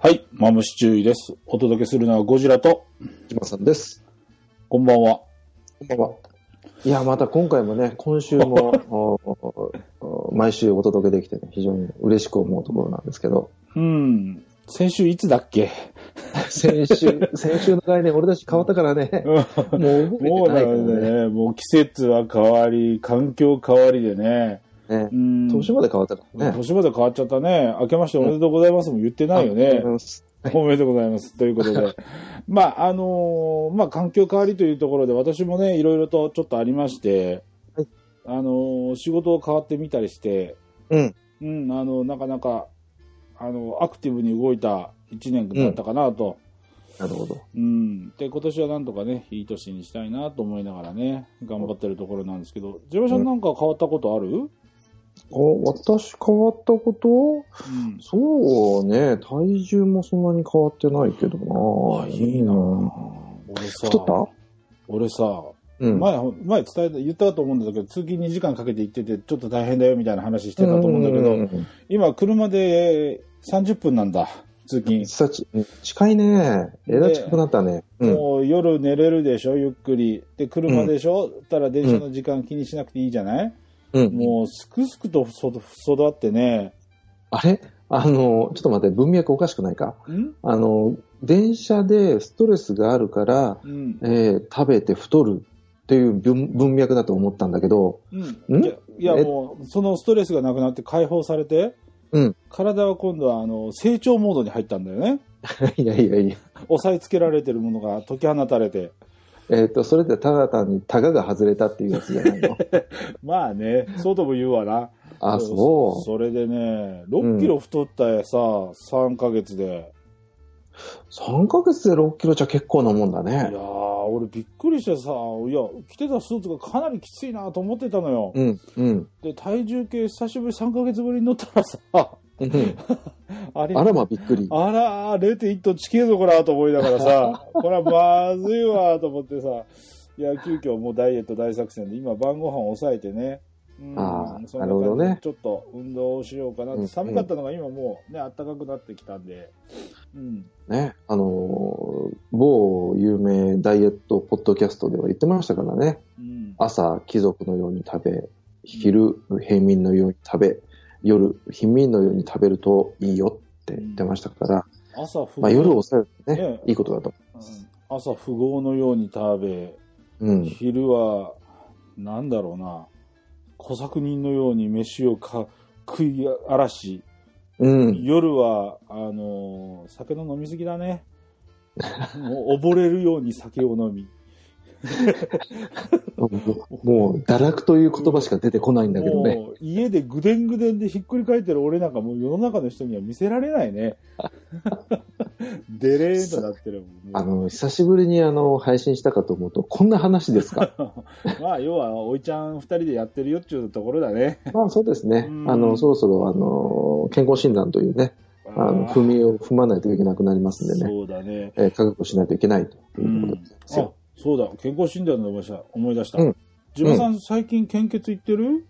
はい、マムシ注意です。お届けするのはゴジラと、島さんです。こんばんは。こんばんは。いや、また今回もね、今 週も、おお毎週お届けできてね、非常に嬉しく思うところなんです けど、うん、先週いつだっ け先週、先週の概念、俺たち変わったからね、 ももうう覚なえてないんかだらね。ね。もう季節は変わり、環境変わりでね。ねうん。年まで変わったからね。年まで変わっちゃったね。明けましておめでとうございますも言ってないよね。おめでとうございます。ということ で。まあ、あのーまあ、環境変わりというところで、私もね、いろいろとちょっとありまして、はいあのー仕事を変わってみたりして、うん。うん、あの、なかなか、あの、アクティブに動いた1年だったかなと。なるほど。うん。で、今年はなんとかね、いい年にしたいなと思いながらね、頑張ってるところなんですけど、ジェバさんなんか変わったことある、うんお私変わったことそうね、体重もそんなに変わってないけどなあいいなうん俺さ、太った俺さ、うん。前、前伝えた、言ったと思うんだけど、通勤2時間かけて行ってて、ちょっと大変だよみたいな話してたと思うんだけど、うんうんうん今、車で30分なんだ、通勤。さち近いね。えらい近くなったね。うん。もう夜寝れるでしょ、ゆっくり。で、車でしょ、ったら電車の時間気にしなくていいじゃない、うん。もう、すくすくと育育ってね、あれあの、ちょっと待って、文脈おかしくないかんあの、電車でストレスがあるから、うん。えー食べて太るっていう文文脈だと思ったんだけど、 うん。いや、いやえもう、そのストレスがなくなって解放されて、うん体は今度は、あの、成長モードに入ったんだよね。いやいやいや、押さえつけられてるものが解き放たれて。えっ、と、それってただ単にタガが外れたっていうやつじゃない の。まあね、そうとも言うわな。あ、そう。それでね、う6んキロ太ったやさ、3ヶ月で。 3ヶ月で6キロじゃ結構なもんだいやねー、。俺びっくりしてさ、いや、着てたスーツがかなりきついなと思ってたのよ。うん、うん。で、体重計久しぶり3ヶ月ぶりに乗ったらさ、 うんあれ、あらまびっくり。あらー、0.1トンちけえぞ、こら、と思いながら さ、これはまずいわ、と思ってさ、いや、急遽もうダイエット大作戦で、今晩ご飯を抑えてね、うんあーそんななるほどね感じでちょっと運動をしようかなっうんて、うん寒かったのが今もうね、暖かくなってきたんで、うん、ね、あのー某有名ダイエットポッドキャストでは言ってましたからねうん、朝貴族のように食べ昼平民のように食べ夜貧民のように食べるといいよって言ってましたから、朝不まあ、夜を抑えるとねねいいことだとうん朝不合のように食べ、思う、うん、昼は、なんだろうな、小作人のように飯をか食い荒らし、うん、夜は、あのー酒の飲みすぎだ ね。もう溺れるように酒を飲み。もうもう堕落という言葉しか出てこないんだけどねもう家でぐでんぐでんでひっくり返ってる俺なんかもう世の中の人には見せられない ね。デレーンとなってるもあん。もうの久しぶりにあの配信したかと思うとこんな話で すかまあ、要は、おいちゃん二人でやってるよっちゅうところだね。まあそうですねうんあのそろそろあの健康診断というねああのー踏みを踏まないといけなくなりますんでね、そうだね。えー、覚悟しないといけないとういうことんで。あ、すよ。そうだ。健康診断の思い出した。思い出したうん。ジムさん、最近献血行ってる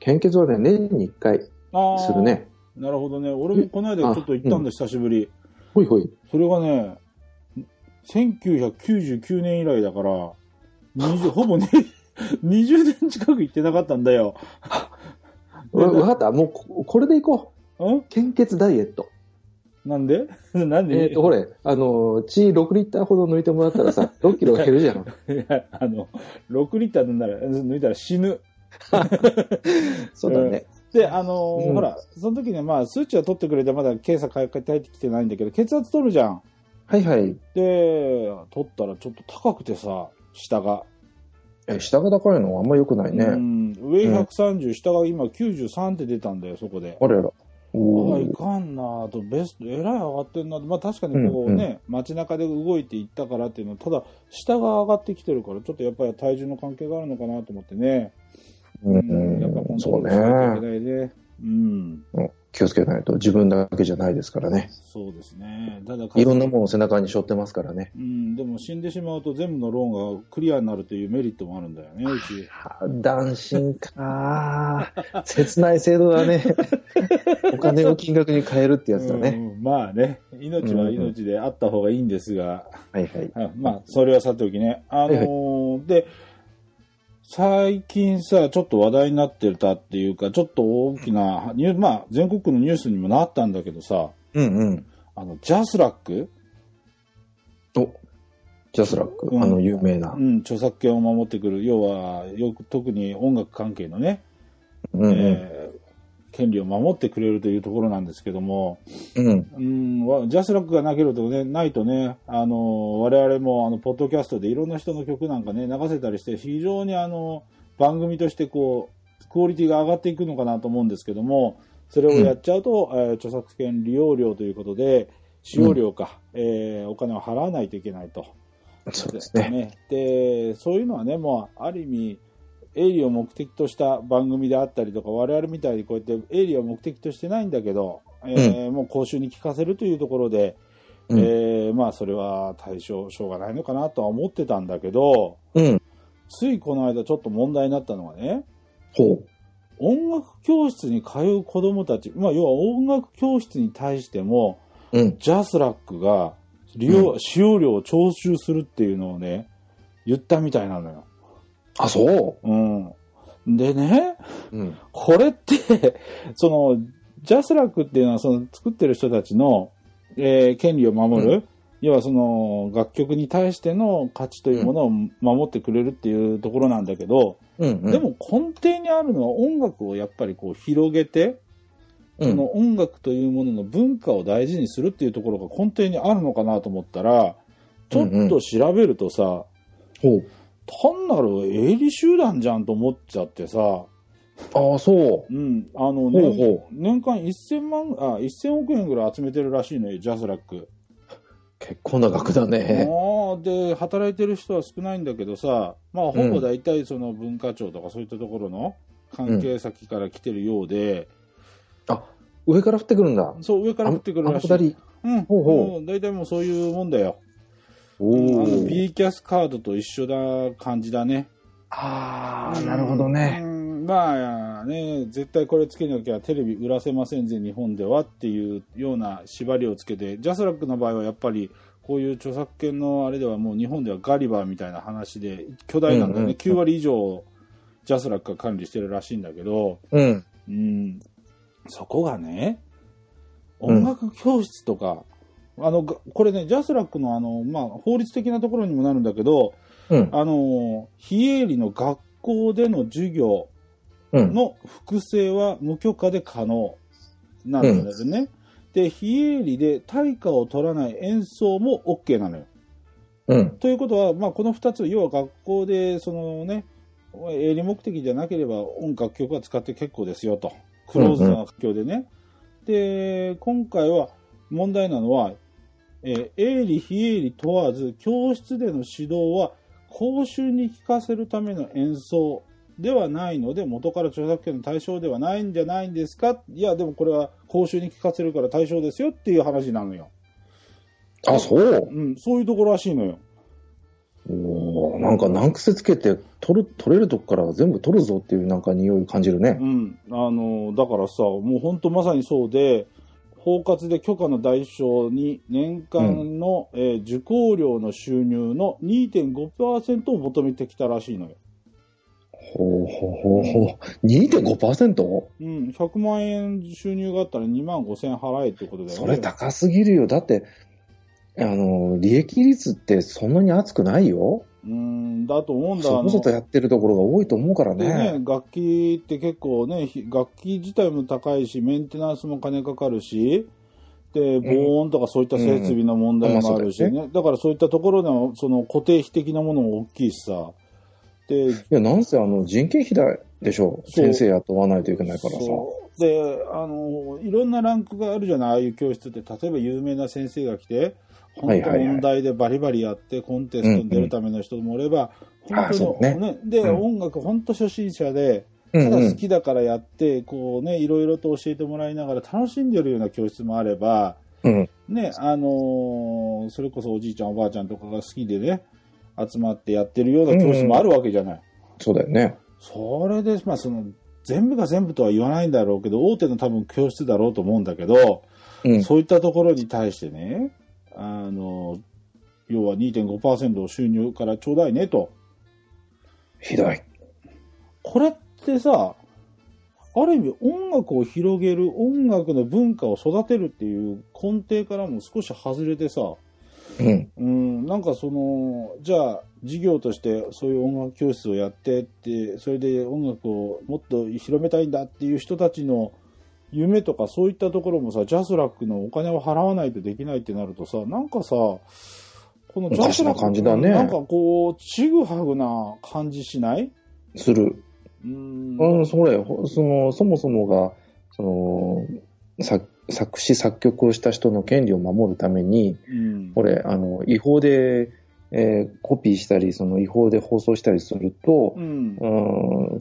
献血はね、年に1回すああ。る。ね。なるほどね。俺もこの間ちょっと行ったんだ、久しぶり。ほいほい。それがね、1999年以来だから、20ほぼ ね、20年近く行ってなかったんだよ。わわかった。も うこ、これでいこう。ん献血ダイエット。なんで なんで、えっ、と、ほれ、あのー、血6リッターほど抜いてもらったら さ、6キロ減るじゃん。いやあの、6リッター飲んだら、抜いたら死ぬ。そうだね。で、あのーうんほら、その時ね、まあ、数値は取ってくれて、まだ検査か帰ってきてないんだけど、血圧取るじゃん。はいはい。で、取ったらちょっと高くてさ、下が。え下が高いのはあんま良くないうね。ん、上うん130、下が今93って出たんだよ、そこで。あれやら。おあいーかんなぁと、ベスト、えらい上がってんなと、まあ確かにこううんね、街中で動いていったからっていうのは、ただ、下が上がってきてるから、ちょっとやっぱり体重の関係があるのかなと思ってね、ううんやっぱコンん、トそローうルしなきゃいね。けないね。うん、うん気をつけないと自分だけじゃないですからね。そうですね。ただ、いろんなものを背中に背負ってますからね。うん、でも死んでしまうと全部のローンがクリアになるというメリットもあるんだよね、うち。男心か。切ない制度だね。お金を金額に変えるってやつだね。うんまあね、え命は命であった方がいいんですが、はいはい。あまあ、それはさておきね。あのーで、最近さ、ちょっと話題になってたっていうか、ちょっと大きな、ニューまあ、全国区のニュースにもなったんだけどさ、うんうん。あの、ジャスラック、お、ジャスラック、うんあの、有名なう。ん、著作権を守ってくる、要は、よく、特に音楽関係のね、うんうん。えー権利を守ってくれるというところなんですけども、うん。うん、わジャスラックがなければね、ないとね、あの、我々も、あの、ポッドキャストでいろんな人の曲なんかね、流せたりして、非常にあの、番組としてこう、クオリティが上がっていくのかなと思うんですけども、それをやっちゃうと、えー著作権利用料ということで、使用料か、えーお金を払わないといけないと。そうですね。で、そういうのはね、もう、ある意味、営利を目的とした番組であったりとか、我々みたいにこうやって営利を目的としてないんだけど、えーもう公衆に聞かせるというところで、うんえーまあ、それは対象、しょうがないのかなとは思ってたんだけど、うん。ついこの間ちょっと問題になったのがね、ほ音楽教室に通う子供たち、まあ、要は音楽教室に対しても、う。うん。ジャスラックが利用、使用料を徴収するっていうのをね、言ったみたいなのよ。あ、そうん。でね、う。うん。これって、 その、ジャスラックっていうのは、その、作ってる人たちの、えー権利を守る、う要はその、楽曲に対しての価値というものを守ってくれるっていうところなんだけど、うんうん。で、も根底にあるのは音楽をやっぱりこう広げて、うそん。の音楽というものの文化を大事にするっていうところが根底にあるのかなと思ったら、ちょっと調べるとさ、ほう。単なる営利集団じゃんと思っちゃってさ、ああ、そう。うん、あの、ほう年ほう。年間1000万、あ、1000億円ぐらい集めてるらしいのよ、ジャスラック。結構な額だね。もう、で、働いてる人は少ないんだけどさ、まあ、ほうぼん大体その文化庁とかそういったところの関係先から来てるようで、上から降ってくるんだ。そう、上から降ってくるらしい。あん下り。うん、ほうほうん大体もうそういうもんだよ。おあのー B キャスカードと一緒だ感じだね。あうあ、んなるほどね。うんまあね、絶対これつけなきゃテレビ売らせませんぜ、日本ではっていうような縛りをつけて、ジャスラックの場合はやっぱり、こういう著作権のあれではもう日本ではガリバーみたいな話で、巨大なんだよね、うんうんうん9割以上ジャスラックが管理してるらしいんだけど、うん。うん、そこがね、うん音楽教室とか、あの、がこれね、ジャスラックのあの、まあ、法律的なところにもなるんだけど、うん。あの、非営利の学校での授業うん。の複製は無許可で可能なんですね。で、非営利で対価を取らない演奏も OK なのよ。うん。ということは、まあ、この2つ、要は学校で、そのね、営利目的じゃなければ音楽曲は使って結構ですよと。クローズな楽曲でね。で、今回は問題なのは、えー営利、非営利問わず、教室での指導は公衆に聞かせるための演奏ではないので、元から著作権の対象ではないんじゃないんですかいや、でもこれは公衆に聞かせるから対象ですよっていう話なのよ。あ、そう。うん、そういうところらしいのよ。おーなんか難癖つけて、取る、取れるとこから全部取るぞっていうなんか匂い感じるねう。ん、あのだからさ、もう本当まさにそうで、包括で許可の代償に年間の、えー受講料の収入の2.5%を求めてきたらしいのよ。ほうほうほうほう。2.5%? うん、100万円収入があったら2万5千払えってことだよね。それ高すぎるよ。だって、あの、利益率ってそんなに厚くないよ。うん、だと思うんだそこそこあのやってるところが多いと思うからでね、ね。楽器って結構ね、ひ楽器自体も高いし、メンテナンスも金かかるし、で、防音とかそういった設備の問題もあるしね。うんだからそういったところの、その固定費的なものも大きいしさ。で、いや、なんせあの、人件費だでしょ。そう先生雇わないといけないからさ。そうで、あの、いろんなランクがあるじゃない、ああいう教室って。例えば有名な先生が来て、は本い当はいはい問題でバリバリやって、コンテストに出るための人もおれば、うんうんああ本そう当ねの、ね、で、うん音楽本当初心者で、うたんだう好ん。きだからやって、こうね、いろいろと教えてもらいながら楽しんでるような教室もあれば、うんね、あのーそれこそおじいちゃんおばあちゃんとかが好きでね、集まってやってるような教室もあるわけじゃない。そうだよね。それで、まあその、全部が全部とは言わないんだろうけど、大手の多分教室だろうと思うんだけど、うん。そういったところに対してね、あの、要は2.5%を収入からちょうだいねと。ひどい。これってさ、ある意味音楽を広げる、音楽の文化を育てるっていう根底からも少し外れてさ、うん。うん、なんかその、じゃあ、授業としてそういう音楽教室をやってって、それで音楽をもっと広めたいんだっていう人たちの夢とかそういったところもさ、ジャスラックのお金を払わないとできないってなるとさ、なんかさ、このジャスラッおかしなク感じだねなんかこう、ちぐはぐな感じしないする。うんうん、それ、ほその、そもそもが、その、作作詞作曲をした人の権利を守るために、うんこれ、あの、違法で、えーコピーしたり、その違法で放送したりするとう、んう。ん、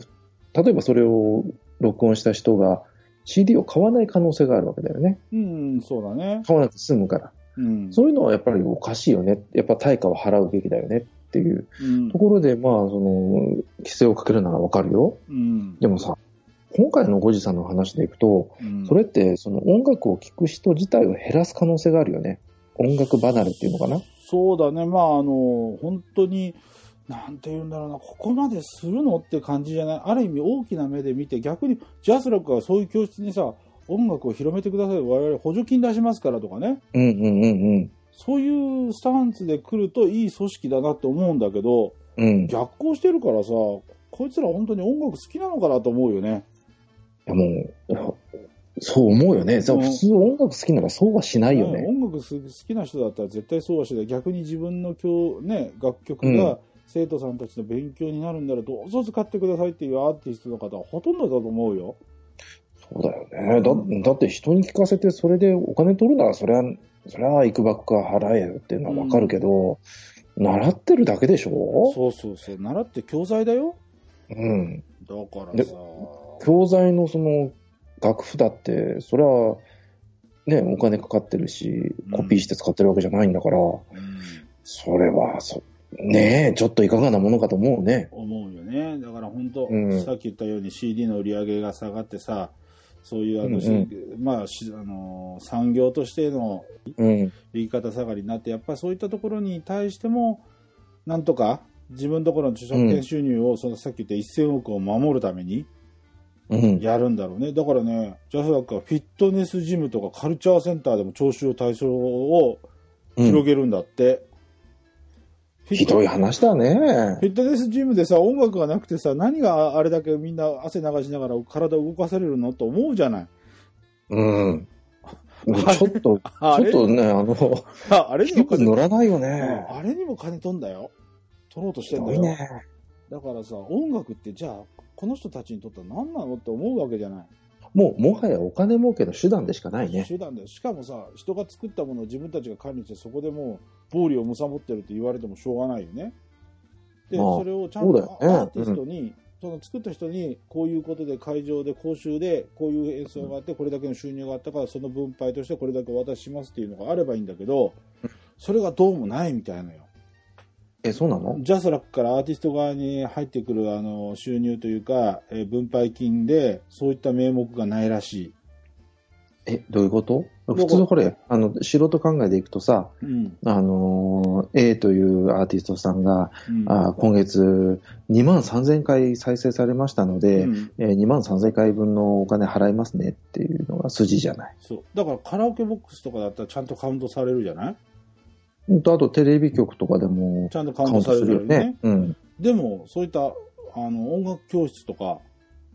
例えばそれを録音した人が CD を買わない可能性があるわけだよね。うん、そうだね。買わなくて済むから。うん。そういうのはやっぱりおかしいよね。やっぱ対価を払うべきだよねっていううんところで、まあ、その、規制をかけるならわかるよ。うん。でもさ、今回のゴジさんの話でいくと、うんそれってその音楽を聴く人自体を減らす可能性があるよね。音楽離れっていうのかな。そうだね、まあ、あの、本当に、なんて言うんだろうな、ここまでするのって感じじゃない。ある意味大きな目で見て、逆に、ジャスラックがそういう教室にさ、音楽を広めてください。我々補助金出しますからとかね。うんうんうんそういうスタンスで来るといい組織だなって思うんだけど、うん。うん。い逆行してるからさ、こいつら本当に音楽好きなのかなと思うよね。やもういや、そう思うよね。じゃあうん普通音楽好きならそうはしないよね。うん音楽す好きな人だったら絶対そうはしない逆に自分の教、ね、楽曲うが生徒さんたちの勉強になるんならどうぞ使ってくださいっていうアーティストの方はほとんどだと思うよ。そうだよね。だ、だって人に聞かせてそれでお金取るならそりゃ、そりゃいくばっか払えよっていうのはわかるけど、習ってるだけでしょそうそうそう習って教材だようん。だからでさ教材のその楽譜だって、そりゃ、ね、お金かかってるし、コピーして使ってるわけじゃないんだから、うんそれは、そ、ねえ、ちょっといかがなものかと思うね。思うよねだから本当、うんさっき言ったように CD の売り上げが下がってさそういうあの、うんうんしまあしあの産業としてのうん。言い方下がりになってやっぱりそういったところに対してもなんとか自分ところの著作権収入を、そのさっき言った1000億を守るためにうん。やるんだろうねだからねジャスラックはフィットネスジムとかカルチャーセンターでも徴収対象を広げるんだって、フィひットどい話だねフ。ィットネスジムでさ音楽がなくてさ何があれだけみんな汗流しながら体を動かされるのと思うじゃないうん。ちょっと、ち あょっれとね、あの、ああれに低もく金乗らないよね。あれにも金飛んだよ取ろうとしてすんごだいよ、ね。だからさ音楽ってじゃあこの人たちにとっては何なのって思うわけじゃない、もう、もはやお金儲けの手段でしかないね。手段だよしかもさ人が作ったものを自分たちが管理してそこでもう暴利を貪ってるって言われてもしょうがないよねで、まあそれをちゃんとそうアだよねーティストに、その作った人にこういうことで会場で講習でこういう演奏があってこれだけの収入があったからその分配としてこれだけお渡ししますっていうのがあればいいんだけどそれがどうもないみたいなのよえ、そうなのジャスラックからアーティスト側に入ってくるあの収入というか、えー分配金でそういった名目がないらしい。え、どういうことういうこ普と通、これ、あの、素人考えでいくとさ、うん。あのー、A というアーティストさんが、うんあー今月2万3000回再生されましたので、うんえ2万3000回分のお金払いますねっていうのが筋じゃない。そう。だからカラオケボックスとかだったらちゃんとカウントされるじゃないうんとあとテレビ局とかでもちゃんとカカウンウトさントれするるよよね。ね。うん。でも、そういったあの音楽教室とか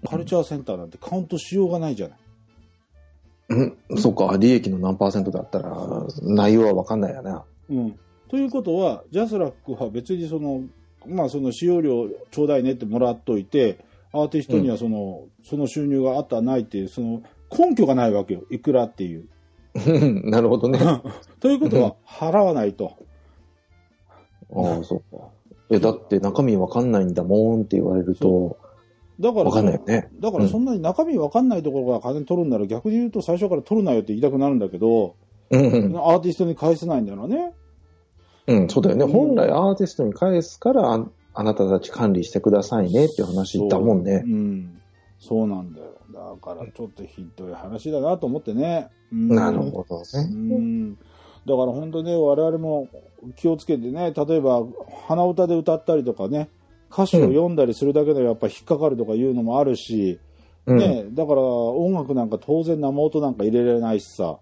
カルチャーセンターなんてカウントしようがないじゃない。うん、そっか、利益の何パーセントだったら、内容はわかんないよな。うん。ということは、ジャスラックは別にその、まあその使用料ちょうだいねってもらっといて、アーティストにはその、その収入があったないっていう、その根拠がないわけよ。いくらっていう。うん なるほどね。あということは、払わないと。あ、そっか。え、だって中身わかんないんだもんって言われると、だから、わかんないよね。だからそんなに中身わかんないところから金取るんなら逆に言うと最初から取るなよって言いたくなるんだけど、うん、アーティストに返せないんだろうね。うん、そうだよね。うん本来アーティストに返すから、ああなたたち管理してくださいねっていう話だもんねう。ん。そうなんだよ。だからちょっとひどい話だなと思ってね。うんなるほどうね。ん。だから本当ね、我々も気をつけてね、例えば鼻歌で歌ったりとかね、歌詞を読んだりするだけでやっぱ引っかかるとかいうのもあるし、うん。ね、だから音楽なんか当然生音なんか入れられないしさ、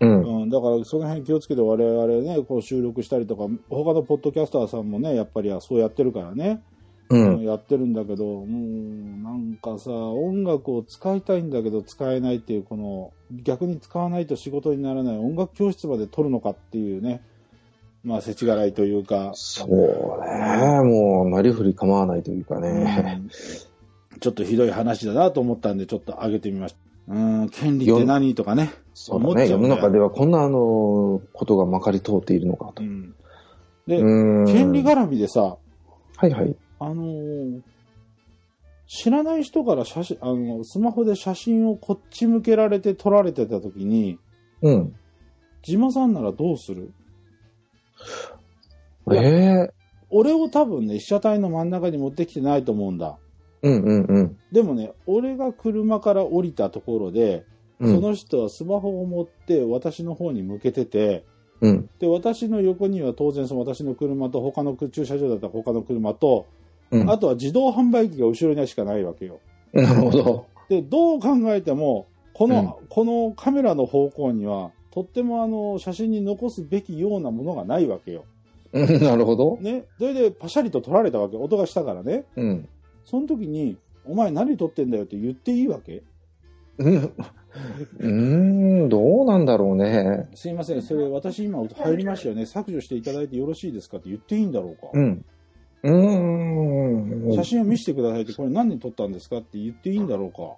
うん。うん、だからその辺気をつけて我々ね、こう収録したりとか、他のポッドキャスターさんもね、やっぱりそうやってるからね、うん。やってるんだけど、もうなんかさ、音楽を使いたいんだけど使えないっていう、この逆に使わないと仕事にならない音楽教室まで取るのかっていうね、まあ、世知辛いというか、そうね。もう、なりふり構わないというかね。うんちょっとひどい話だなと思ったんで、ちょっと上げてみました。うん、権利って何とかね。そうだ思っね。ちゃ世うんだのよ中ではこんな、あの、ことがまかり通っているのかうと。ん、う。うん権利絡みでさ、はいはい。あのー知らない人から写真あのスマホで写真をこっち向けられて撮られてた時にうん。ジマさんならどうするええ。俺を多分ね被写体の真ん中に持ってきてないと思うんだうんうんうん。でもね俺が車から降りたところで、うんその人はスマホを持って私の方に向けててうん。で私の横には当然その私の車と他の駐車場だったら他の車と、うんあとは自動販売機が後ろにしかないわけよなるほど。でどう考えてもこの,、このカメラの方向にはとってもあの写真に残すべきようなものがないわけよ。うんなるほど。ね、それでパシャリと撮られたわけ音がしたからねうん。その時に「お前何撮ってんだよ」って言っていいわけうんうん、どうなんだろうね。すいませんそれ私今入りましたよね削除していただいてよろしいですかって言っていいんだろうか、うん。うーん。写真を見せてくださいってこれ何で撮ったんですかって言っていいんだろうか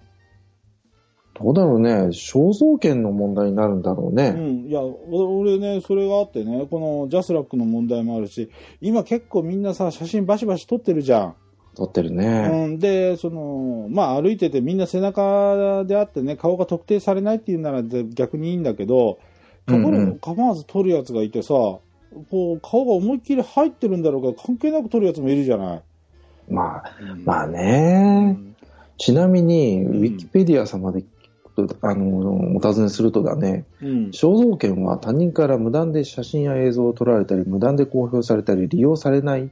どうだろうね。肖像権の問題になるんだろううね。ん、いや、お俺ね、それがあってね、このジャスラックの問題もあるし、今結構みんなさ、写真バシバシ撮ってるじゃん。撮ってるね。うん、で、その、まあ歩いててみんな背中であってね、顔が特定されないっていうならぜ逆にいいんだけど、とこうんうろん構わず撮るやつがいてさ、こう顔が思いっきり入ってるんだろうけど、関係なく撮るやつもいるじゃない。まあ、まあうね。んちなみに、ウんィキペディア様で、あの、お尋ねするとだね、うん。肖像権は他人から無断で写真や映像を撮られたり、無断で公表されたり、利用されない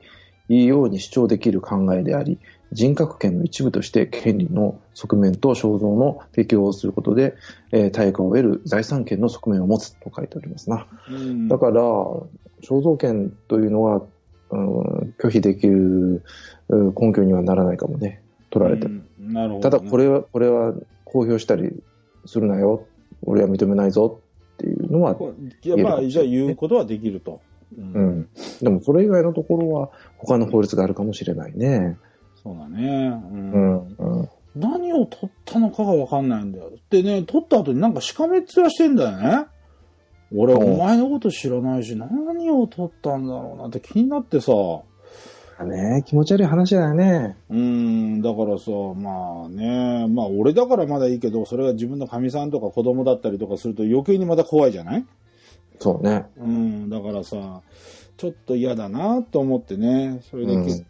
ように主張できる考えであり、人格権の一部として権利の側面と肖像の適用をすることで、えー対価を得る財産権の側面を持つと書いておりますな。うんだから、肖像権というのは、うん、拒否できるうん根拠にはならないかもね、取られて。うんなるほどね、ただ、これは、これは公表したりするなよ、俺は認めないぞっていうのは、これいやまあ、じゃあ言うことはできると。うんうん。でも、それ以外のところは、他の法律があるかもしれないね。そうだね。うんうん。うん何を取ったのかが分かんないんだよ。でね、取った後になんかしかめっ面してんだよね。俺、うんお前のこと知らないし、何を取ったんだろうなって気になってさ。うね気持ち悪い話だよね。ーん、だからさ、まあね、まあ俺だからまだいいけど、それが自分の神さんとか子供だったりとかすると余計にまた怖いじゃないそうね。うん、だからさ、ちょっと嫌だなと思ってね。それで、うん。い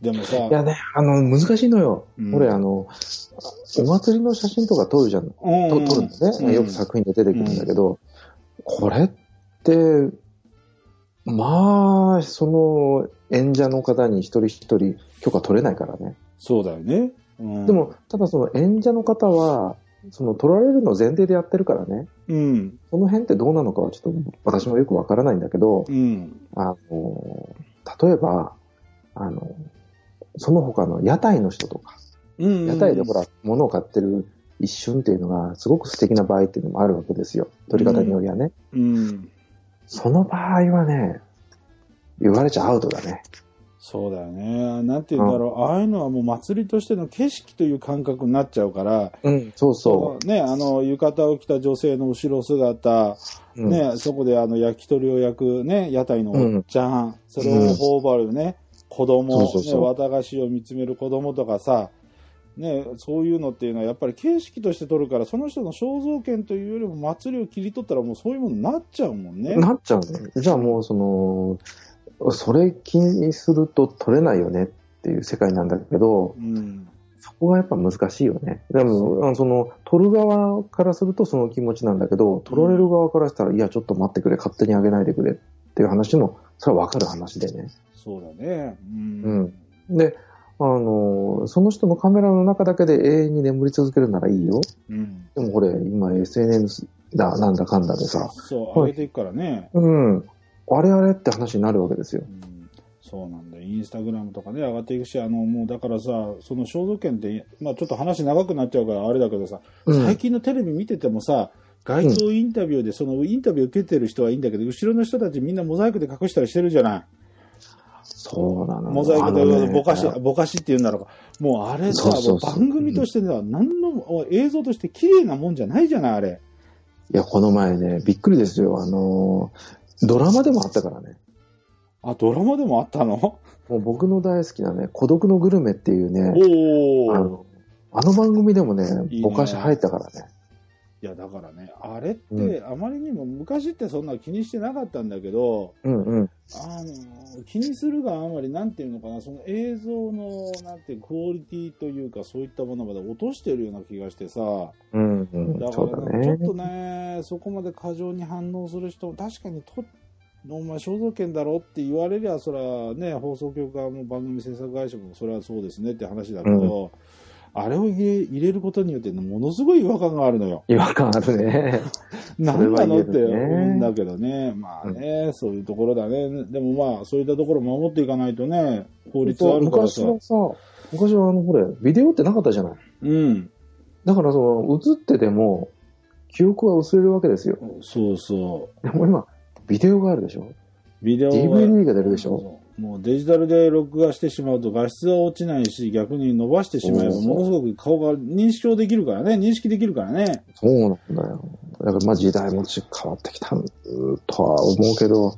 でもさ、やね、あの、難しいのよ。うん俺、あの、お祭りの写真とか撮るじゃん。うんと撮るんだね、うんよく作品で出てくるんだけど、これって、まあ、その演者の方に一人一人許可取れないからね。そうだよね。うんで、も、ただその演者の方は、その取られるの前提でやってるからね、うん、その辺ってどうなのかはちょっと私もよくわからないんだけど、うん、あの、例えば、あの、その他の屋台の人とか、うん。屋台でほら、物を買ってる一瞬っていうのが、すごく素敵な場合っていうのもあるわけですよ。取り方によりはね。うん。その場合はね、言われちゃアウトだね。そうだよね。なんて言うんだろう。ああいうのはもう祭りとしての景色という感覚になっちゃうから、うん、そうそそのね、あの、浴衣を着た女性の後ろ姿、う。うん、ね、そこであの、焼き鳥を焼くね、屋台のおっちゃん、それを頬張るね、子供、そうそうそうね、綿菓子を見つめる子供とかさ、ね、そういうのっていうのはやっぱり景色として撮るから、その人の肖像権というよりも祭りを切り取ったらもうそういうものになっちゃうもんね。なっちゃうね。じゃあもう、その、それ気にすると取れないよねっていう世界なんだけど、うん。そこがやっぱ難しいよね。でも、あのその、取る側からするとその気持ちなんだけど、取られる側からしたら、いや、ちょっと待ってくれ、勝手にあげないでくれっていう話も、それはわかる話でね。そうだね。うん。うんで、あの、その人のカメラの中だけで永遠に眠り続けるならいいよ。うん。でもこれ、今 SNS だ、なんだかんだでさ、そう、上げていくからね。うん、あれあれって話になるわけですよ。うんそうなんだよインスタグラムとかね、上がっていくし、あの、もうだからさ、その肖像権って、まあちょっと話長くなっちゃうからあれだけどさ、うん最近のテレビ見ててもさ、街頭インタビューで、そのインタビュー受けてる人はいいんだけど、後ろの人たちみんなモザイクで隠したりしてるじゃない。そうなのよ。モザイクあのでねぼかし、ぼかしって言うんだろうか。もうあれさ、そうそうそうもう番組としてさ、何の映像として綺麗なもんじゃないじゃない、あれ。いや、この前ね、びっくりですよ。あのードラマでもあったからね。あ、ドラマでもあったのもう僕の大好きなね、孤独のグルメっていうね、おあー。のあの番組でもねいい、ねぼかし入ったからね。いやだからねあれっうてあまりにも昔ってそんな気にしてなかったんだけど、うんうん。あの気にするがあまりなんていうのかなその映像のなんていうクオリティというかそういったものまで落としてるような気がしてさうんうん、だかそうだらねねちょっとねそこまで過剰に反応する人も確かにとお前肖像権だろって言われりゃそらね放送局側も番組制作会社もそれはそうですねって話だけど、あれを入れ入れることによってねものすごい違和感があるのよ。違和感あ るね。なんなのってそれは言えるね思うんだけどね。まあね、そういうところだね。でもまあ、そういったところ守っていかないとね、法律あるから昔さ。はさ、昔はあの、ほれ、ビデオってなかったじゃない。うん。だからその、映ってても、記憶は薄れるわけですよ。そうそでも今、ビデオがあるでしょう。ビデオは ?DVD が出るでしょそうもうデジタルで録画してしまうと画質は落ちないし、逆に伸ばしてしまえば、そうそうものすごく顔が認識できるからね、認識できるからね。そうなんだよ。だからまあ時代も変わってきたんとは思うけど、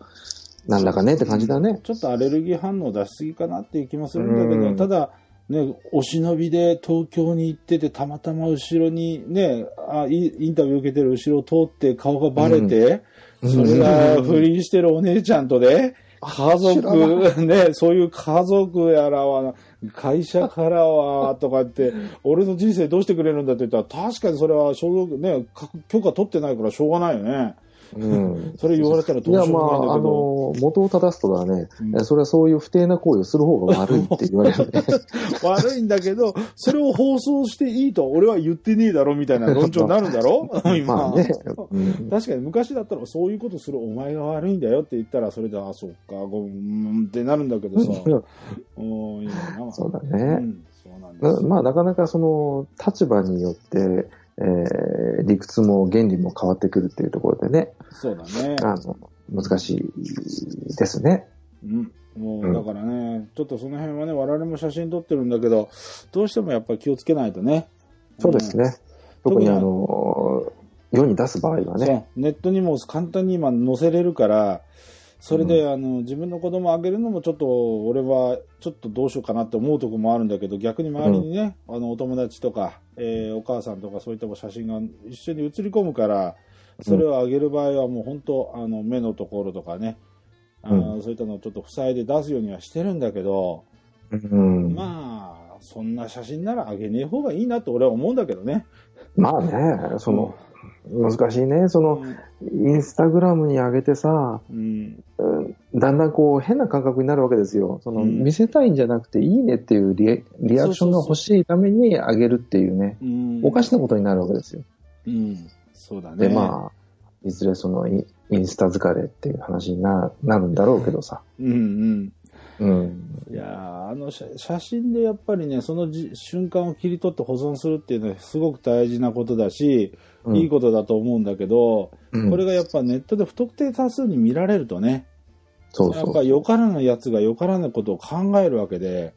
なんだかねって感じだね。ちょっとアレルギー反応出しすぎかなっていう気もするんだけうど、んただ、ね、お忍びで東京に行ってて、たまたま後ろにね、あイインタビュー受けてる後ろを通って顔がバレて、それが不倫してるお姉ちゃんと で、家族、 ね、そういう家族やらは、会社からは、とか って、俺の人生どうしてくれるんだって言ったら、確かにそれは所属、ね、か許可取ってないからしょうがないよね。うん。それ言われたら いどうや、しようまもないんだあ、あけど。の、元を正すとだね、うんえそれはそういう不定な行為をする方が悪いって言われるね。悪いんだけど、それを放送していいとは俺は言ってねえだろみたいな論調になるんだろ 今、 まあね。う ん確かに昔だったらそういうことするお前が悪いんだよって言ったら、それで、あ、そっか、ごめんってなるんだけど さ。うん、いいな。そうだうね。ん、そうなんですなよ。まあ、なかなかその、立場によって、えー理屈も原理も変わってくるっていうところでね、そうだね。あの、難しいですね。うん。もうんう、だからね、ちょっとその辺はね、我々も写真撮ってるんだけど、どうしてもやっぱり気をつけないとね。そうですね。うん特に特にあの、世に出す場合はね。そうネットにも簡単に今載せれるから、それで、あの自分の子供をあげるのもちょっと俺はちょっとどうしようかなって思うとこもあるんだけど逆に周りにね、あのお友達とか、えーお母さんとかそういった写真が一緒に写り込むからそれをあげる場合はもう本当あの目のところとかねあの、そういったのをちょっと塞いで出すようにはしてるんだけど、うん。ままあそんな写真ならあげねえ方がいいなと俺は思うんだけどね。あね、その、難しいね。その、インスタグラムに上げてさ、うん、だんだんこう変な感覚になるわけですよ。その、うん見せたいんじゃなくていいねっていうリリアクションが欲しいために上げるっていうね、うん、おかしなことになるわけですよ。うん、そうだね。で、まあ、いずれそのイン、インスタ疲れっていう話にななるんだろうけどさ。うんうん。うん。いやーあの写写真でやっぱりね、そのじ瞬間を切り取って保存するっていうのはすごく大事なことだし、うんいいことだと思うんだけど、うんこれがやっぱネットで不特定多数に見られるとね、そうやそっぱう。よからぬやつがよからぬことを考えるわけで、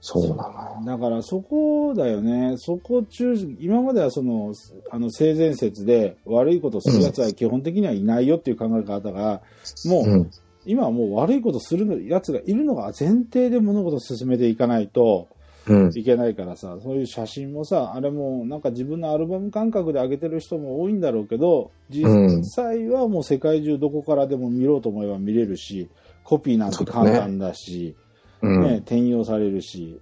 そうなのよ。だからそこだよね、そこ中心、今まではその、あの、性善説で悪いことするやつは基本的にはいないよっていう考え方が、もう、うん。今はもう悪いことするやつがいるのが前提で物事を進めていかないとうん。いけないからさ、そういう写真もさ、あれもなんか自分のアルバム感覚で上げてる人も多いんだろうけど、実際はもう世界中どこからでも見ろうと思えば見れるし、コピーなんて簡単だし、うんね、転用されるし、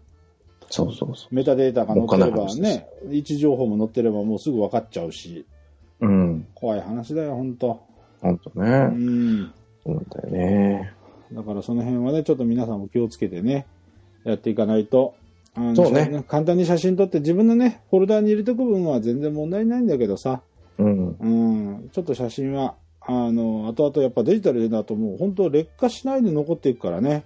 そうそうそメタデータが載ってれおっばかない話ね、位置情報も載ってればもうすぐ分かっちゃうし、う。うん。怖い話だよ、本当ほんとうね。ん。そうなんだよね。だからその辺はね、ちょっと皆さんも気をつけてね、やっていかないと。あのそうね。簡単に写真撮って自分のね、フォルダに入れとく分は全然問題ないんだけどさ、うん。うん、ちょっと写真は、あの、後々やっぱデジタルだともう本当劣化しないで残っていくからね。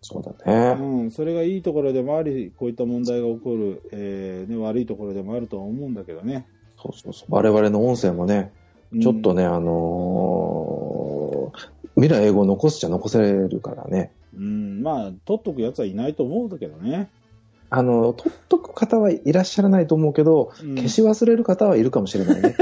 そうだね。うん、それがいいところでもあり、こういった問題が起こる、えーね、悪いところでもあるとは思うんだけどね。そうそうそう。我々の音声もね、うんちょっとね、あのー未来英語残すじゃ残せるからね。うん、まあ、取っとくやつはいないと思うんだけどね。あの、取っとく方はいらっしゃらないと思うけど、うん消し忘れる方はいるかもしれな いね。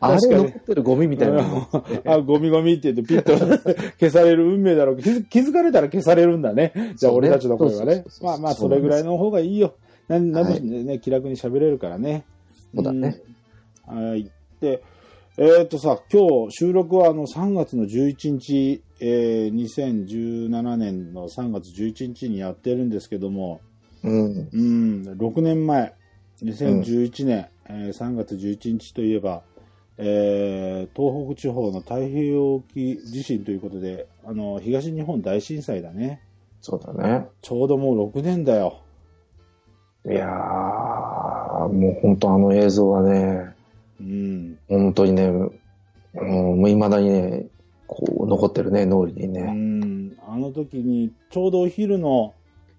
あ確かれに残ってるゴミみたいなの。 あ、ゴミゴミって言ってピッと 消される運命だろう。気づ気づかれたら消されるんだね。じゃあそうね俺たちの声はねそうそうそう。そうまあまあ、それぐらいの方がいいよ。なんなんでしね、気楽に喋れるからね。そうだねうん。はい。で、えーっとさ、今日収録はあの3月の11日、えー、2017年の3月11日にやってるんですけども、うん。うん、6年前、2011年、えー3月11日といえば、えー東北地方の太平洋沖地震ということで、あの、東日本大震災だね。そうだね。ちょうどもう6年だよ。いやー、もう本当あの映像はね、うん。本当にね、うん、もう未だにね、こう残ってるね、脳裏にうね。ん。あの時に、ちょうどお昼の、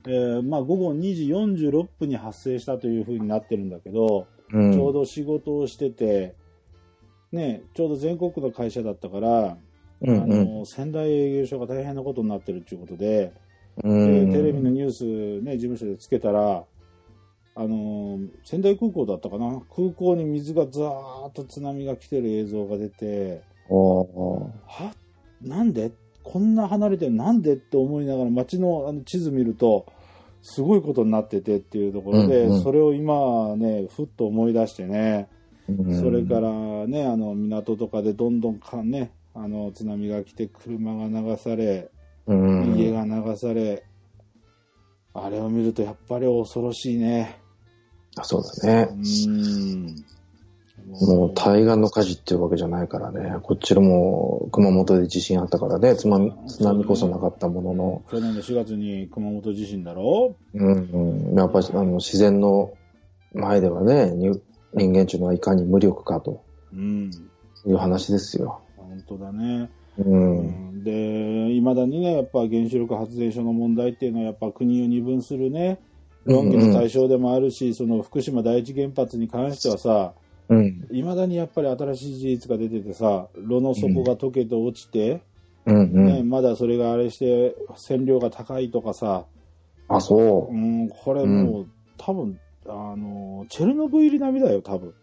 えーまあ午後2時46分に発生したというふうになってるんだけど、うん。ちょうど仕事をしてて、ね、ちょうど全国の会社だったから、うあんうん。の仙台営業所が大変なことになってるということで、うでん。テレビのニュース、ね、事務所でつけたら、あのー仙台空港だったかな空港に水がザーッと津波が来てる映像が出ておーはなんでこんな離れてるなんでって思いながら街のあの地図見るとすごいことになっててっていうところで、うんうんそれを今ねふっと思い出してね、うんそれからね、あの港とかでどんどんか、ね、あの津波が来て、車が流され、うん、家が流され、あれを見るとやっぱり恐ろしいね。あそううだね。ん。もう対岸の火事っていうわけじゃないからね。こっちも熊本で地震あったからね。津波津波こそなかったものの、去年の4月に熊本地震だろうんうん、やっぱりあの自然の前ではね、に人間というのはいかに無力かとうん。いう話ですよ。本当だね。う。うんん、で、いまだにね、やっぱ原子力発電所の問題っていうのはやっぱ国を二分するね、論議の対象でもあるし、その福島第一原発に関してはさ、うん。いまだにやっぱり新しい事実が出ててさ炉の底が溶けて落ちて、うん。うん。ね、まだそれがあれして線量が高いとかさ、あ、そうう。ん、これもう、多分あのチェルノブイリ並みだよ多分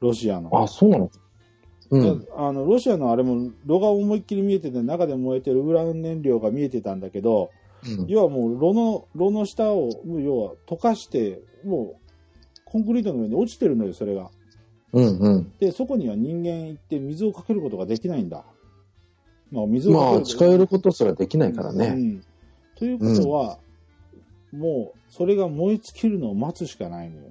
ロシアの。あ、そうなのうん。であのロシアのあれも炉が思いっきり見えてて中で燃えてるウラン燃料が見えてたんだけど要はもう炉の炉の下をもう要は溶かしてもうコンクリートの上に落ちてるのよそれが。うん。うん。で、そこには人間行って水をかけることができないんだ。まあ、水をかけまるあ、近寄ることすらできないからうね。んということは、もう、それが燃え尽きるのを待つしかないのよ。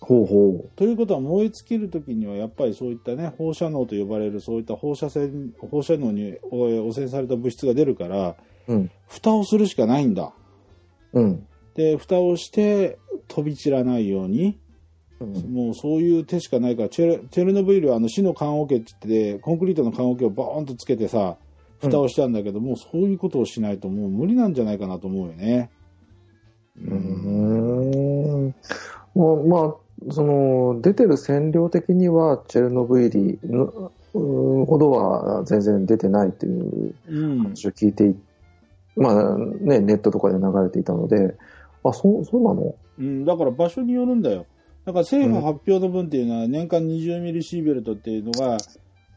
ほうほということは、燃え尽きるときには、やっぱりそういったね、放射能と呼ばれる、そういった放射線、放射能にお汚染された物質が出るから、うん蓋をするしかないんだ。う。うん。で、蓋をして、飛び散らないように、うんもうそういう手しかないから、チェルチェルノブイリはあの市の棺桶って言って、コンクリートの棺桶をバーンとつけてさ、蓋をしたんだけど、もうそういうことをしないともう無理なんじゃないかなと思うよね。うーんまあ、まあ、その出てる線量的にはチェルノブイリのうんほどは全然出てないといううん。話を聞いてい、まあね、ネットとかで流れていたので、あ、そう、そうなのうん、だから場所によるんだよ。だから政府発表の分っていうのは、年間20ミリシーベルトっていうのが、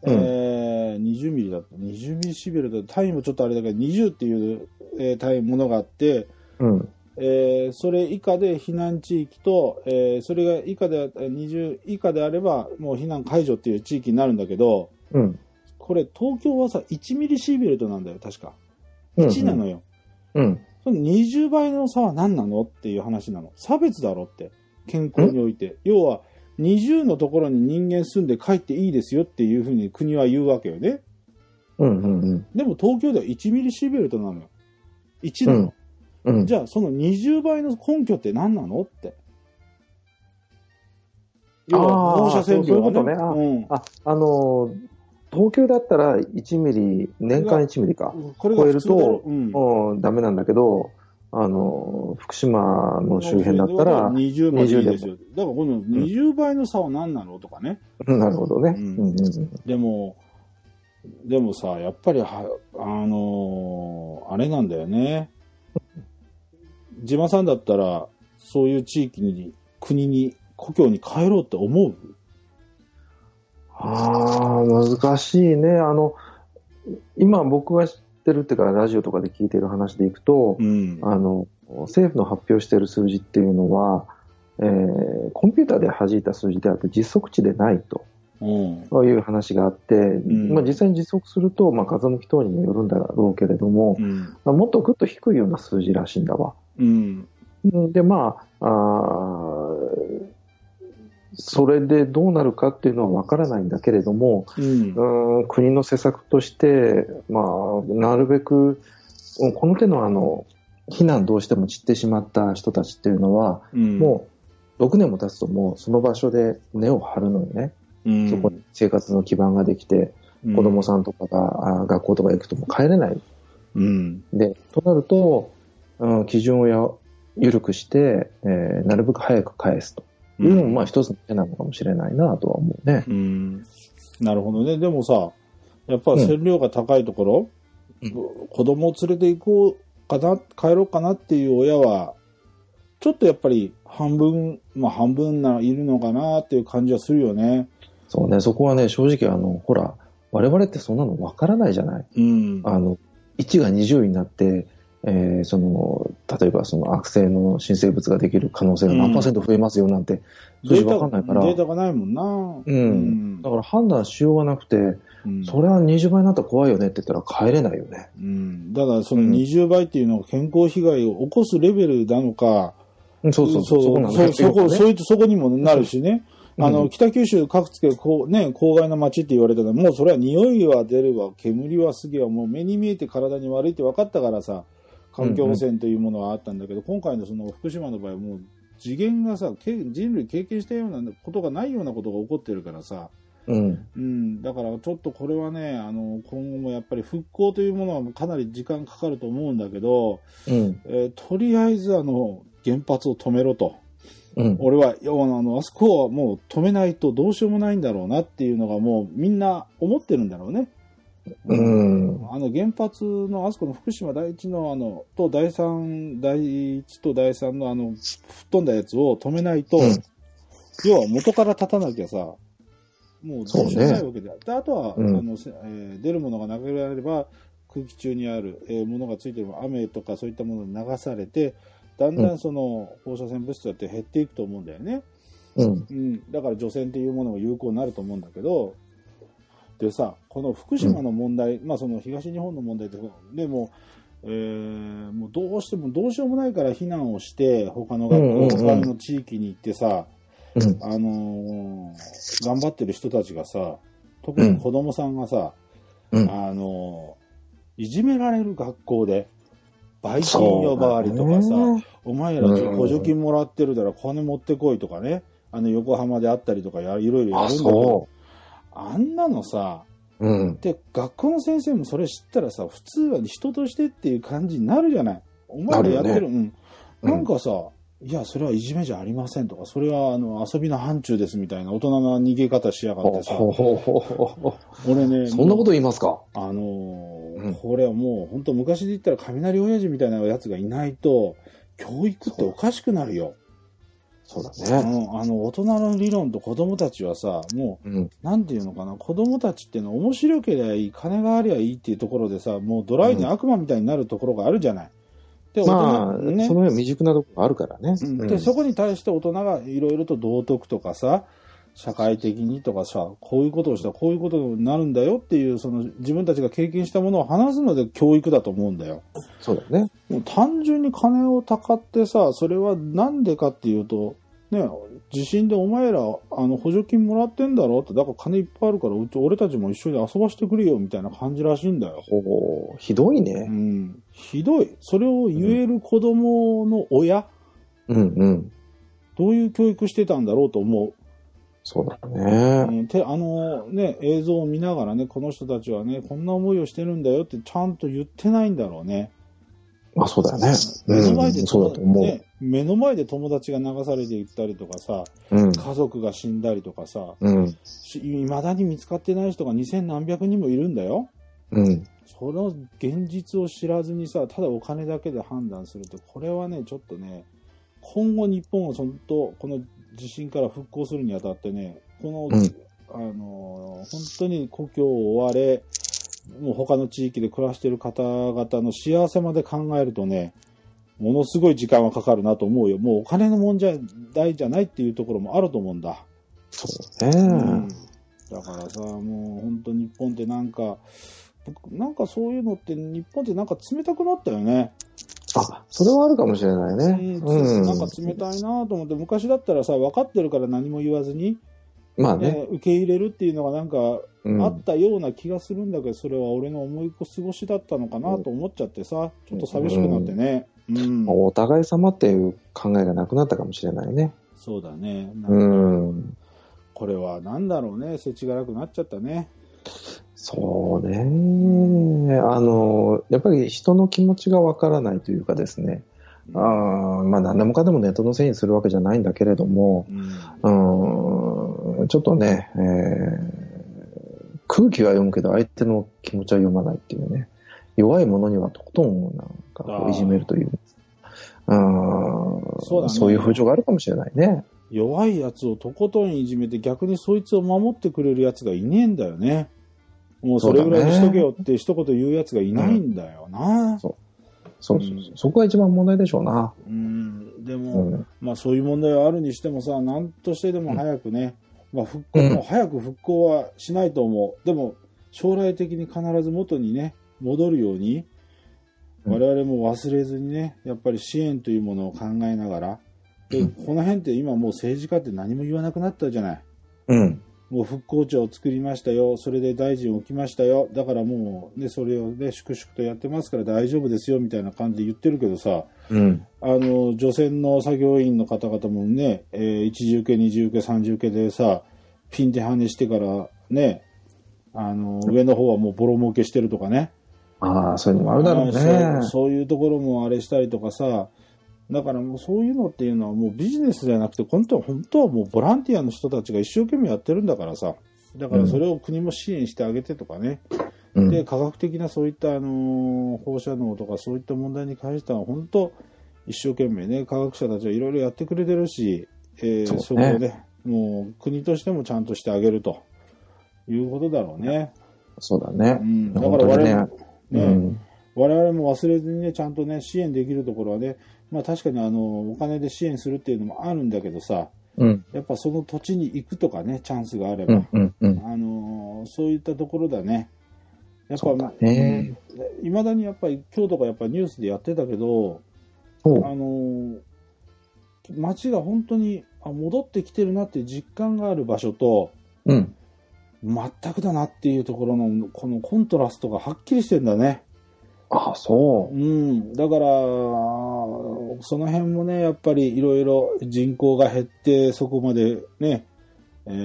うんえー、20ミリだった。20ミリシーベルト、単位もちょっとあれだけど、20っていう、えー単位ものがあって、うん。えーそれ以下で避難地域と、えーそれが以下であ20以下であればもう避難解除っていう地域になるんだけどうん。これ東京はさ1ミリシーベルトなんだよ確かうん1なのよ、うん。その20倍の差は何なのっていう話なの。差別だろって。健康において。要は、20のところに人間住んで帰っていいですよっていうふうに国は言うわけよね。うんうんうん。でも東京では1ミリシーベルトなのよ。1うなの。ん。うん。じゃあ、その20倍の根拠って何なのって。要は、あー放射線量がね。そうそううんあ、あのー東京だったら1ミリ、年間1ミリか。これが普通だ超えるろとうんうん、ダメなんだけど、あのー福島の周辺だったら、 20までいいです20よ。だから、この20倍の差は何なのとかね。うんなるほどね。ううんんうんうんでも、でもさ、やっぱりは、あのーあれなんだよね。自慢さんだったら、そういう地域に、国に、故郷に帰ろうって思うああ、難しいね。あの、今僕が知ってるっていうか、ラジオとかで聞いてる話でいくと、うん。あの、政府の発表してる数字っていうのは、えーコンピューターで弾いた数字であって実測値でないうん。という話があって、んまあ、実際に実測すると、まあ、風向き等にもよるんだろうけれどもう、ん。まあもっとぐっと低いような数字らしいんだわ。うん。うんで、まあ、あーそれでどうなるかっていうのはわからないんだけれども、うんう。ーん国の施策として、まあ、なるべく、うんこの手のあの、避難どうしても散ってしまった人たちっていうのは、うんもう6年も経つともうその場所で根を張るのよね。うん、そこに生活の基盤ができて、うん子供さんとかが、あ学校とか行くともう帰れない。うん。で、となると、うん、基準をや緩くして、えーなるべく早く返すというのも、まあ一つの手なのかもしれないなとは思うね。うん。なるほどね。でもさ、やっぱ線量が高いところ、うん子供を連れて行こうかな、帰ろうかなっていう親は、ちょっとやっぱり半分、まあ半分ないるのかなっていう感じはするよね。そうね、そこはね、正直、あの、ほら、我々ってそんなのわからないじゃない。うん。あの、1が20になって、えーその、例えばその悪性の新生物ができる可能性がうん何パーセント増えますよなんて、数デ字ータがわかんないから。データがないもんな。うん。だから判断しようがなくて、うんそれは20倍になったら怖いよねって言ったら帰れないよね。うん。だからそのうん20倍っていうのは健康被害を起こすレベルなのか、うんそうそうそそうう、そこなんだそうよそこ、そういうとそこにもなるしね。うんあの、北九州各地でこう、ね、郊外の街って言われたら、もうそれは匂いは出るわ、煙はすげえわ、もう目に見えて体に悪いって分かったからさ、環境汚染というものはあったんだけど、今回のその福島の場合はもう次元がさ、け人類経験したようなことがないようなことが起こってるからさ、うん。うん、だからちょっとこれはね、あの、今後もやっぱり復興というものはかなり時間かかると思うんだけど、うん。えーとりあえずあの、原発を止めろと。うん。俺は要はあのあそこはもう止めないとどうしようもないんだろうなっていうのがもうみんな思ってるんだろうね。うん。あの原発のあそこの福島第一のあのと第三第一と第三のあの吹っ飛んだやつを止めないと、うん要は元から立たなきゃさもうどうしようもないわけだ、であとは、うんあのせえー出るものがなくなれば空気中にある、えーものがついてる雨とかそういったものに流されてだんだんその放射線物質だって減っていくと思うんだよね。うん。うん、だから除染っていうものも有効になると思うんだけど、でさ、この福島の問題、まあその東日本の問題って、でも、えーもうどうしてもどうしようもないから避難をして、他の学うんうんうん校、他の地域に行ってさ、うん。あのー頑張ってる人たちがさ、特に子供さんがさ、うんあのーいじめられる学校で、バイキン呼ばわりとかさ、そうだねお前らうん補助金もらってるだら金持ってこいとかね、あの横浜であったりとかや、いろいろやあ、るんだけど、そあんなのさ、う。うん。で、学校の先生もそれ知ったらさ、普通は人としてっていう感じになるじゃない。お前らやってなる、るうん。なんかさ、いや、それはいじめじゃありませんとか、それはあの遊びの範疇ですみたいな大人な逃げ方しやがってさ、ほほほほほ俺ね、そんなこと言いますかあのーうんこれはもう本当昔で言ったら雷親父みたいなやつがいないと、教育っておかしくなるよ。そうだね。うん、あの大人の理論と子供たちはさもうん。うなんていうのかな子供たちってのは面白ければいい金がありゃいいっていうところでさもうドライに悪魔みたいになるところがあるじゃない。でまあ、大人ねその辺は未熟なところがあるからね。うんうんでそこに対して大人がいろいろと道徳とかさ社会的にとかさ、こういうことをしたらこういうことになるんだよっていう、その自分たちが経験したものを話すので教育だと思うんだよ。そうだね。もう単純に金をたかってさ、それはなんでかっていうと、ね、地震でお前ら、あの、補助金もらってんだろって、だから金いっぱいあるから、うち、俺たちも一緒に遊ばしてくれよ、みたいな感じらしいんだよ。おーひどいうね。ん。ひどい。それを言える子供の親、うんうん。どういう教育してたんだろうと思う。そうだね。うん、てあのね、映像を見ながらね、この人たちはね、こんな思いをしてるんだよってちゃんと言ってないんだろうね。あ、そうだよね。目の前で、うん、そうだと思う。ね、目の前で友達が流されていったりとかさ、うん。家族が死んだりとかさ、うん。いまだに見つかってない人が2000何百人もいるんだよ。うん。その現実を知らずにさ、ただお金だけで判断すると、これはね、ちょっとね、今後日本をそんと、この地震から復興するにあたってね、この、うんあのー、本当に故郷を追われ、もう他の地域で暮らしている方々の幸せまで考えるとね、ものすごい時間はかかるなと思うよ。もうお金の問題じゃないっていうところもあると思うんだ。そうだね。だからさ、もう本当日本ってなんか、僕なんかそういうのって日本ってなんか冷たくなったよね。あ、それはあるかもしれないね。う、うんん。なんか冷たいなと思って、昔だったらさ、分かってるから何も言わずに、まあねね。受け入れるっていうのがなんかうんあったような気がするんだけど、それは俺の思い過ごしだったのかなと思っちゃってさ、ちょっと寂しくなってね。うん。まあお互い様っていう考えがなくなったかもしれないね。そうだね。なんかうん。これはなんだろうね、世知辛くなっちゃったね。そうね。あの、やっぱり人の気持ちがわからないというかですね。あーまあ何でもかんでもネットのせいにするわけじゃないんだけれども、うん。うん、ちょっとね、えー空気は読むけど相手の気持ちは読まないっていうね。弱いものにはとことんなんかこあーういじめるという。うんそうだねそういう風潮があるかもしれないね。弱いやつをとことんいじめて逆にそいつを守ってくれるやつがいねえんだよね。もうそれぐらいにしとけよって一言言うやつがいないんだよな。そうそうそう。そこが一番問題でしょうな。うん、でうも、ん。まあそういう問題はあるにしてもさ、なんとしてでも早くね、まあ復興うんもう早く復興はしないと思う。でも、将来的に必ず元にね、戻るように、うん我々も忘れずにね、やっぱり支援というものを考えながら、で、うんこの辺って今もう政治家って何も言わなくなったじゃない。うん。もう復興庁を作りましたよ、それで大臣置きましたよ、だからもう、ね、それをね、粛々とやってますから大丈夫ですよみたいな感じで言ってるけどさ、うん。あの、除染の作業員の方々もね、えー一重受け、二重受け、三重受けでさ、ピン手跳ねしてからね、あの、上の方はもうボロ儲けしてるとかね、ああ、そういうのもあるだろうあねの。そうそういうところもあれしたりとかさ、だからもうそういうのっていうのはもうビジネスじゃなくて、本当は本当はもうボランティアの人たちが一生懸命やってるんだからさ、だからそれを国も支援してあげてとかね、うんで、科学的なそういった、あのー放射能とかそういった問題に関しては、本当、一生懸命ね、科学者たちはいろいろやってくれてるし、えーそそうこねをね、もう国としてもちゃんとしてあげるということだろうね。そうだねう。ん、だから本我当に々ねも、うねん。我々も忘れずにね、ちゃんとね、支援できるところはね、まあ確かにあの、お金で支援するっていうのもあるんだけどさ、うん。やっぱその土地に行くとかね、チャンスがあれうば、ん。うん。うん。あのーそういったところだね。やっぱ、そうだねいまだにやっぱり今日とかやっぱりニュースでやってたけど、そあう。のー街が本当にあ戻ってきてるなっていう実感がある場所と、うん。全くだなっていうところの、このコントラストがはっきりしてんだね。ああ、そうう。ん、だから、その辺もね、やっぱりいろいろ人口が減って、そこまでね、えーう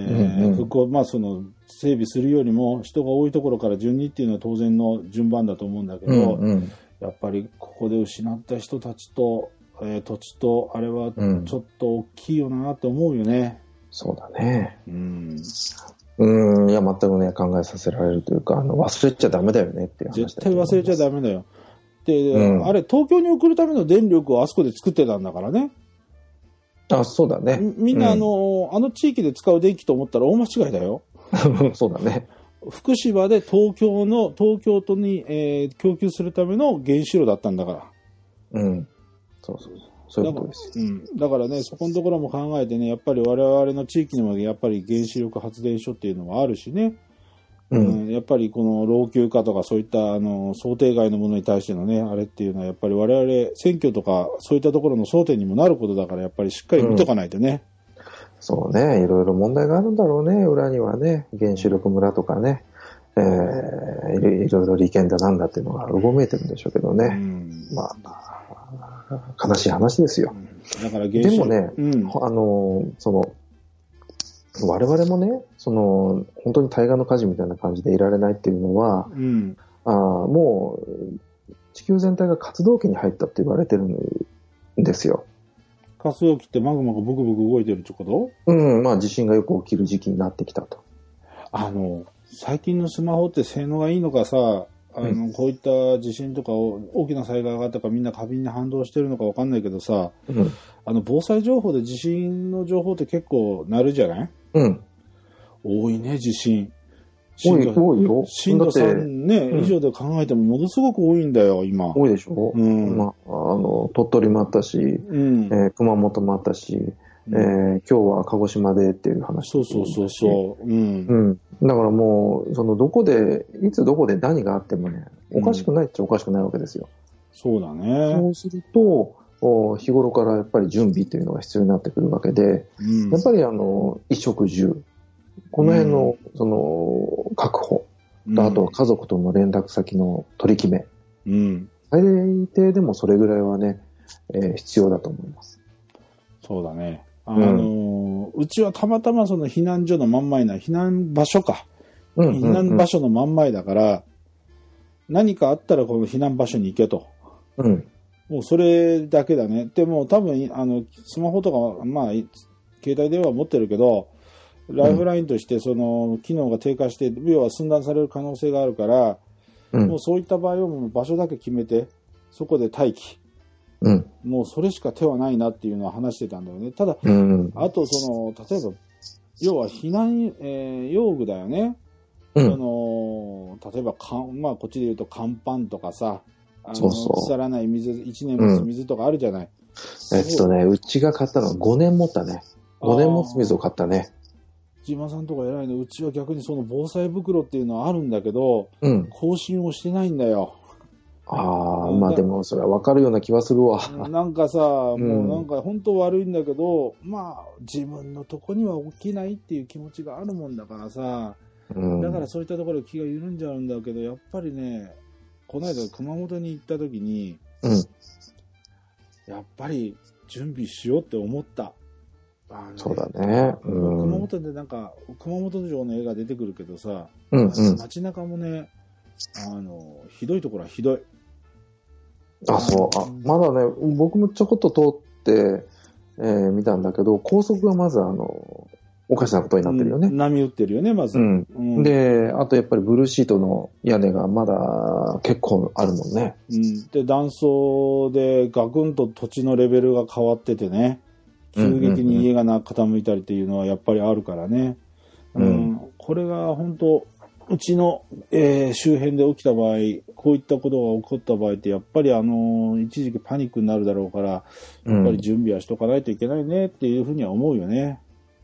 んうん復興、まあその、整備するよりも、人が多いところから順にっていうのは当然の順番だと思うんだけど、うん。うん。やっぱりここで失った人たちと、えー土地と、あれはちうんょっと大きいよなって思うよね。そうだね。うん、うん、いや、全くね、考えさせられるというか、あの、忘れちゃダメだよねっていう話だ絶対忘れちゃダメ。メだよ。で、うんあれ、東京に送るための電力をあそこで作ってたんだからね。あ、そうだね。みみんなあの、あの地域で使う電気と思ったら大間違いだよ。うん、 そうだね。福島で東京の、東京都に、えー供給するための原子炉だったんだから。うん。そうそうそう。そういうことです。うん、だからね、そこのところも考えてね、やっぱり我々の地域にもやっぱり原子力発電所っていうのもあるしね、う。うんんやっぱりこの老朽化とかそういったあの想定外のものに対してのね、あれっていうのはやっぱり我々選挙とかそういったところの争点にもなることだから、やっぱりしっかり見とかないとね。そうね。いろいろ問題があるんだろうね。裏にはね。原子力村とかね。えー、いろいろいろ利権だなんだっていうのがうごめいてるんでしょうけどうね。んまあ、悲しい話ですよ。だから原で子も力、ね、うん、あの、その、我々もね、その、本当に対岸の火事みたいな感じでいられないっていうのは、うん、あーもう、地球全体が活動期に入ったって言われてるんですよ。活動器ってマグマがブクブク動いてるってことうん、まあ地震がよく起きる時期になってきたと。あの、最近のスマホって性能がいいのかさ、あの、うこういった地震とかを大きな災害があったかみんな過敏に反応してるのかわかんないけどさ、うん。あの、防災情報で地震の情報って結構なるじゃないうん。多いね、地震。多震い、度多いよ。震度だっ3て、ね、うん以上で考えてもものすごく多いんだよ、今。多いでしょ、うんまあ、あの、鳥取もあったし、うんえ。ー熊本もあったし、えー今日は鹿児島でっていう話。そうそうそうそう。うんう。ん、だからもう、そのどこで、いつどこで何があってもね、おかしくないっちゃおかしくないわけですよ。そうだそね。うすると、お日頃からやっぱり準備というのが必要になってくるわけで、うんやっぱりあの、衣食住、この辺の、その、確保、とあとは家族との連絡先の取り決め、うん。最低でもそれぐらいはね、えー必要だと思います。そうだね。あんのーうちはたまたまその避難所の真ん前な、避難場所か。うん避難場所の真ん前だから、何かあったらこの避難場所に行けと。うん、もうそれだけだね。でも多分、あの、スマホとか、まあ、い携帯電話持ってるけど、ライフラインとしてその機能が低下して、要は寸断される可能性があるから、うんもう、そういった場合はもう場所だけ決めて、そこで待機。うん、もうそれしか手はないなっていうのは話してたんだよね。ただ、うん、あと、その、例えば、要は避難、えー用具だよね。うそん、の、例えばかん、まあ、こっちで言うと、乾パンとかさ、あのそうそう腐らない水、1年持つ水とかあるじゃない。えっとね、うちが買ったのは5年持ったね。5年持つ水をあー買ったね。島さんとか偉いの、うちは逆にその防災袋っていうのはあるんだけど、うん。更新をしてないんだ よ。ああ、まあでもそれはわかるような気はするわ。なんかさ、もんうなんか本当悪いんだけど、まあ、自分のとこには起きないっていう気持ちがあるもんだからさ、うん、だからそういったところで気が緩んじゃうんだけど、やっぱりね、この間熊本に行った時に、うんやっぱり準備しようって思った。あのねそうだね。う熊ん。本でなんか、熊本城の絵が出てくるけどさ、うんうん。街中もね、あの、ひどいところはひどい。あ、そう。あ、まだね、僕もちょこっと通って、えー見たんだけど、高速がまずあの、おかしなことになってるようねん。波打ってるよね、まず。うん。うん、で、あとやっぱりブルーシートの屋根がまだ結構あるもんね。うんで、断層でガクンと土地のレベルが変わっててね、急激に家がな傾いたりっていうのはやっぱりあるからね。うんこれが本当、うちの、えー周辺で起きた場合、こういったことが起こった場合って、やっぱりあのー一時期パニックになるだろうから、やうっぱりん。準備はしとかないといけないねっていうふうには思うよね。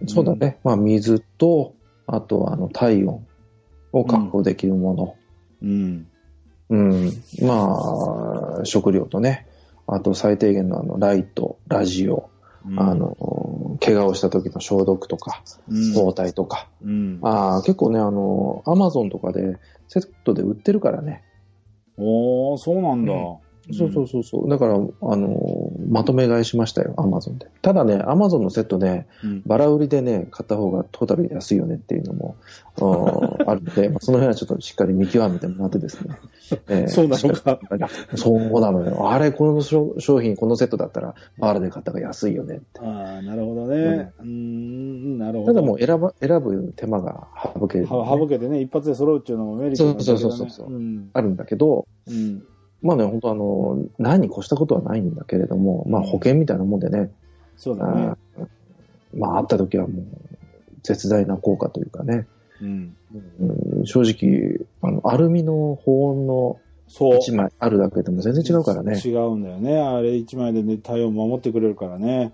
そうだね。まあ水と、あとはあの体温を確保できるもの。うん。うん、まあ、食料とね、あと最低限のあのライト、ラジオ、うんあ、の、怪我をした時の消毒とか、うん包帯とか、うん。あー結構ね、あの、アマゾンとかでセットで売ってるからね。おー、そうなんだ。そうそうそうそう。だから、あの、まとめ買いしましたよ、アマゾンで。ただね、アマゾンのセットね、うん。バラ売りでね、買った方がトータル安いよねっていうのも、あーあるので、まあその辺はちょっとしっかり見極めてもらってですね。えーそうなのか。そうなのよ。あれ、この商商品、このセットだったら、バールで買った方が安いよねって。ああ、なるほどね。うーん、なるほど。ただもう選ば選ぶ手間が省ける、は省けてね、一発で揃うっていうのもメリットなんだけどねそうそうそうそうそううん。あるんだけど、うん。まあね、本当あの、何に越したことはないんだけれども、まあ保険みたいなもんでね、そうだねあ。ーまああった時はもう、絶大な効果というかね、うん。うん正直、あの、アルミの保温のそう。 1枚あるだけでも全然違うからね。違うんだよね。あれ一枚でね、体温守ってくれるからね。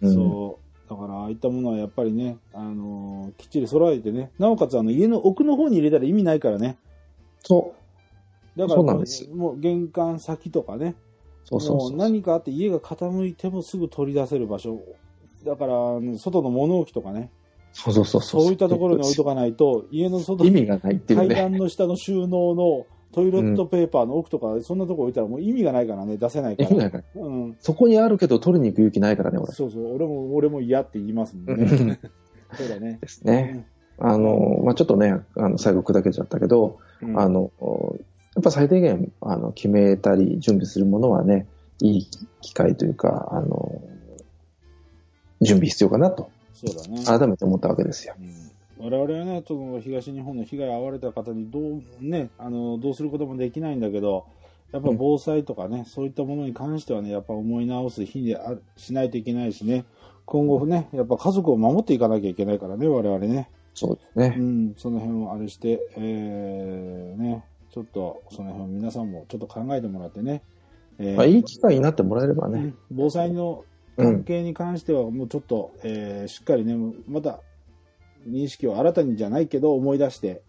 うん、そう。だから、ああいったものはやっぱりね、あのーきっちり揃えてね。なおかつ、あの、家の奥の方に入れたら意味ないからね。そう。だからそうなんですもう玄関先とかね。そうそうそうもう何かあって家が傾いてもすぐ取り出せる場所。だから、あの外の物置とかね。そうそうそうそ。そうういったところに置いとかないと、家の外意に味がないっていう階ね。段の下の収納のトイレットペーパーの奥とか、そんなとこ置いたらもう意味がないからね、出せない意か味ら。がない。うん。そこにあるけど取りに行く勇気ないからね、俺。そうそう、俺も、俺も嫌って言いますもんうね ん。そうだね。ですね。あの、まあ、ちょっとね、あの、最後砕けちゃったけど、うんあの、やっぱ最低限、あの、決めたり準備するものはね、いい機会というか、あの、準備必要かなと、そうだね。改めて思ったわけですよ。うん、我々はね、その東日本の被害を遭われた方にどう,、ね、あのどうすることもできないんだけど、やっぱ防災とかね、そういったものに関してはね、やっぱ思い直す日にあしないといけないしね、今後ね、やっぱ家族を守っていかなきゃいけないからね、我々ね。そうですねう。ん、その辺をあれして、えー、ね、ちょっとその辺を皆さんもちょっと考えてもらってね、えーまあ、いい機会になってもらえればうね。ん防災の関係に関しては、もうちょっと、えーしっかりね、また認識を新たにじゃないけど、思い出して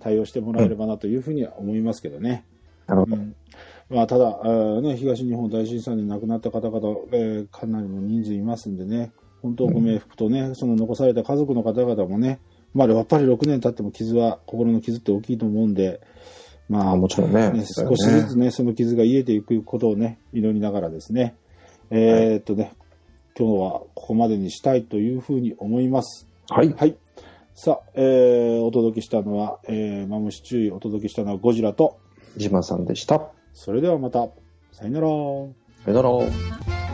対応してもらえればなというふうには思いますけどね。なるほうど。んまあ、ただ、えーね、東日本大震災で亡くなった方々、えーかなりの人数いますんでね、本当ご冥福とね、その残された家族の方々もね、まあ、やっぱり6年経っても傷は、心の傷って大きいと思うんで、まああ、もちろんね。ね、そう少しだよねずつね、その傷が癒えていくことをね、祈りながらですね、えーっとね、今日はここまでにしたいというふうに思います。はい。はい。さあ、えー、お届けしたのは、えー、マムシ注意お届けしたのはゴジラと、ジマさんでした。それではまた、さよなら。さよなら。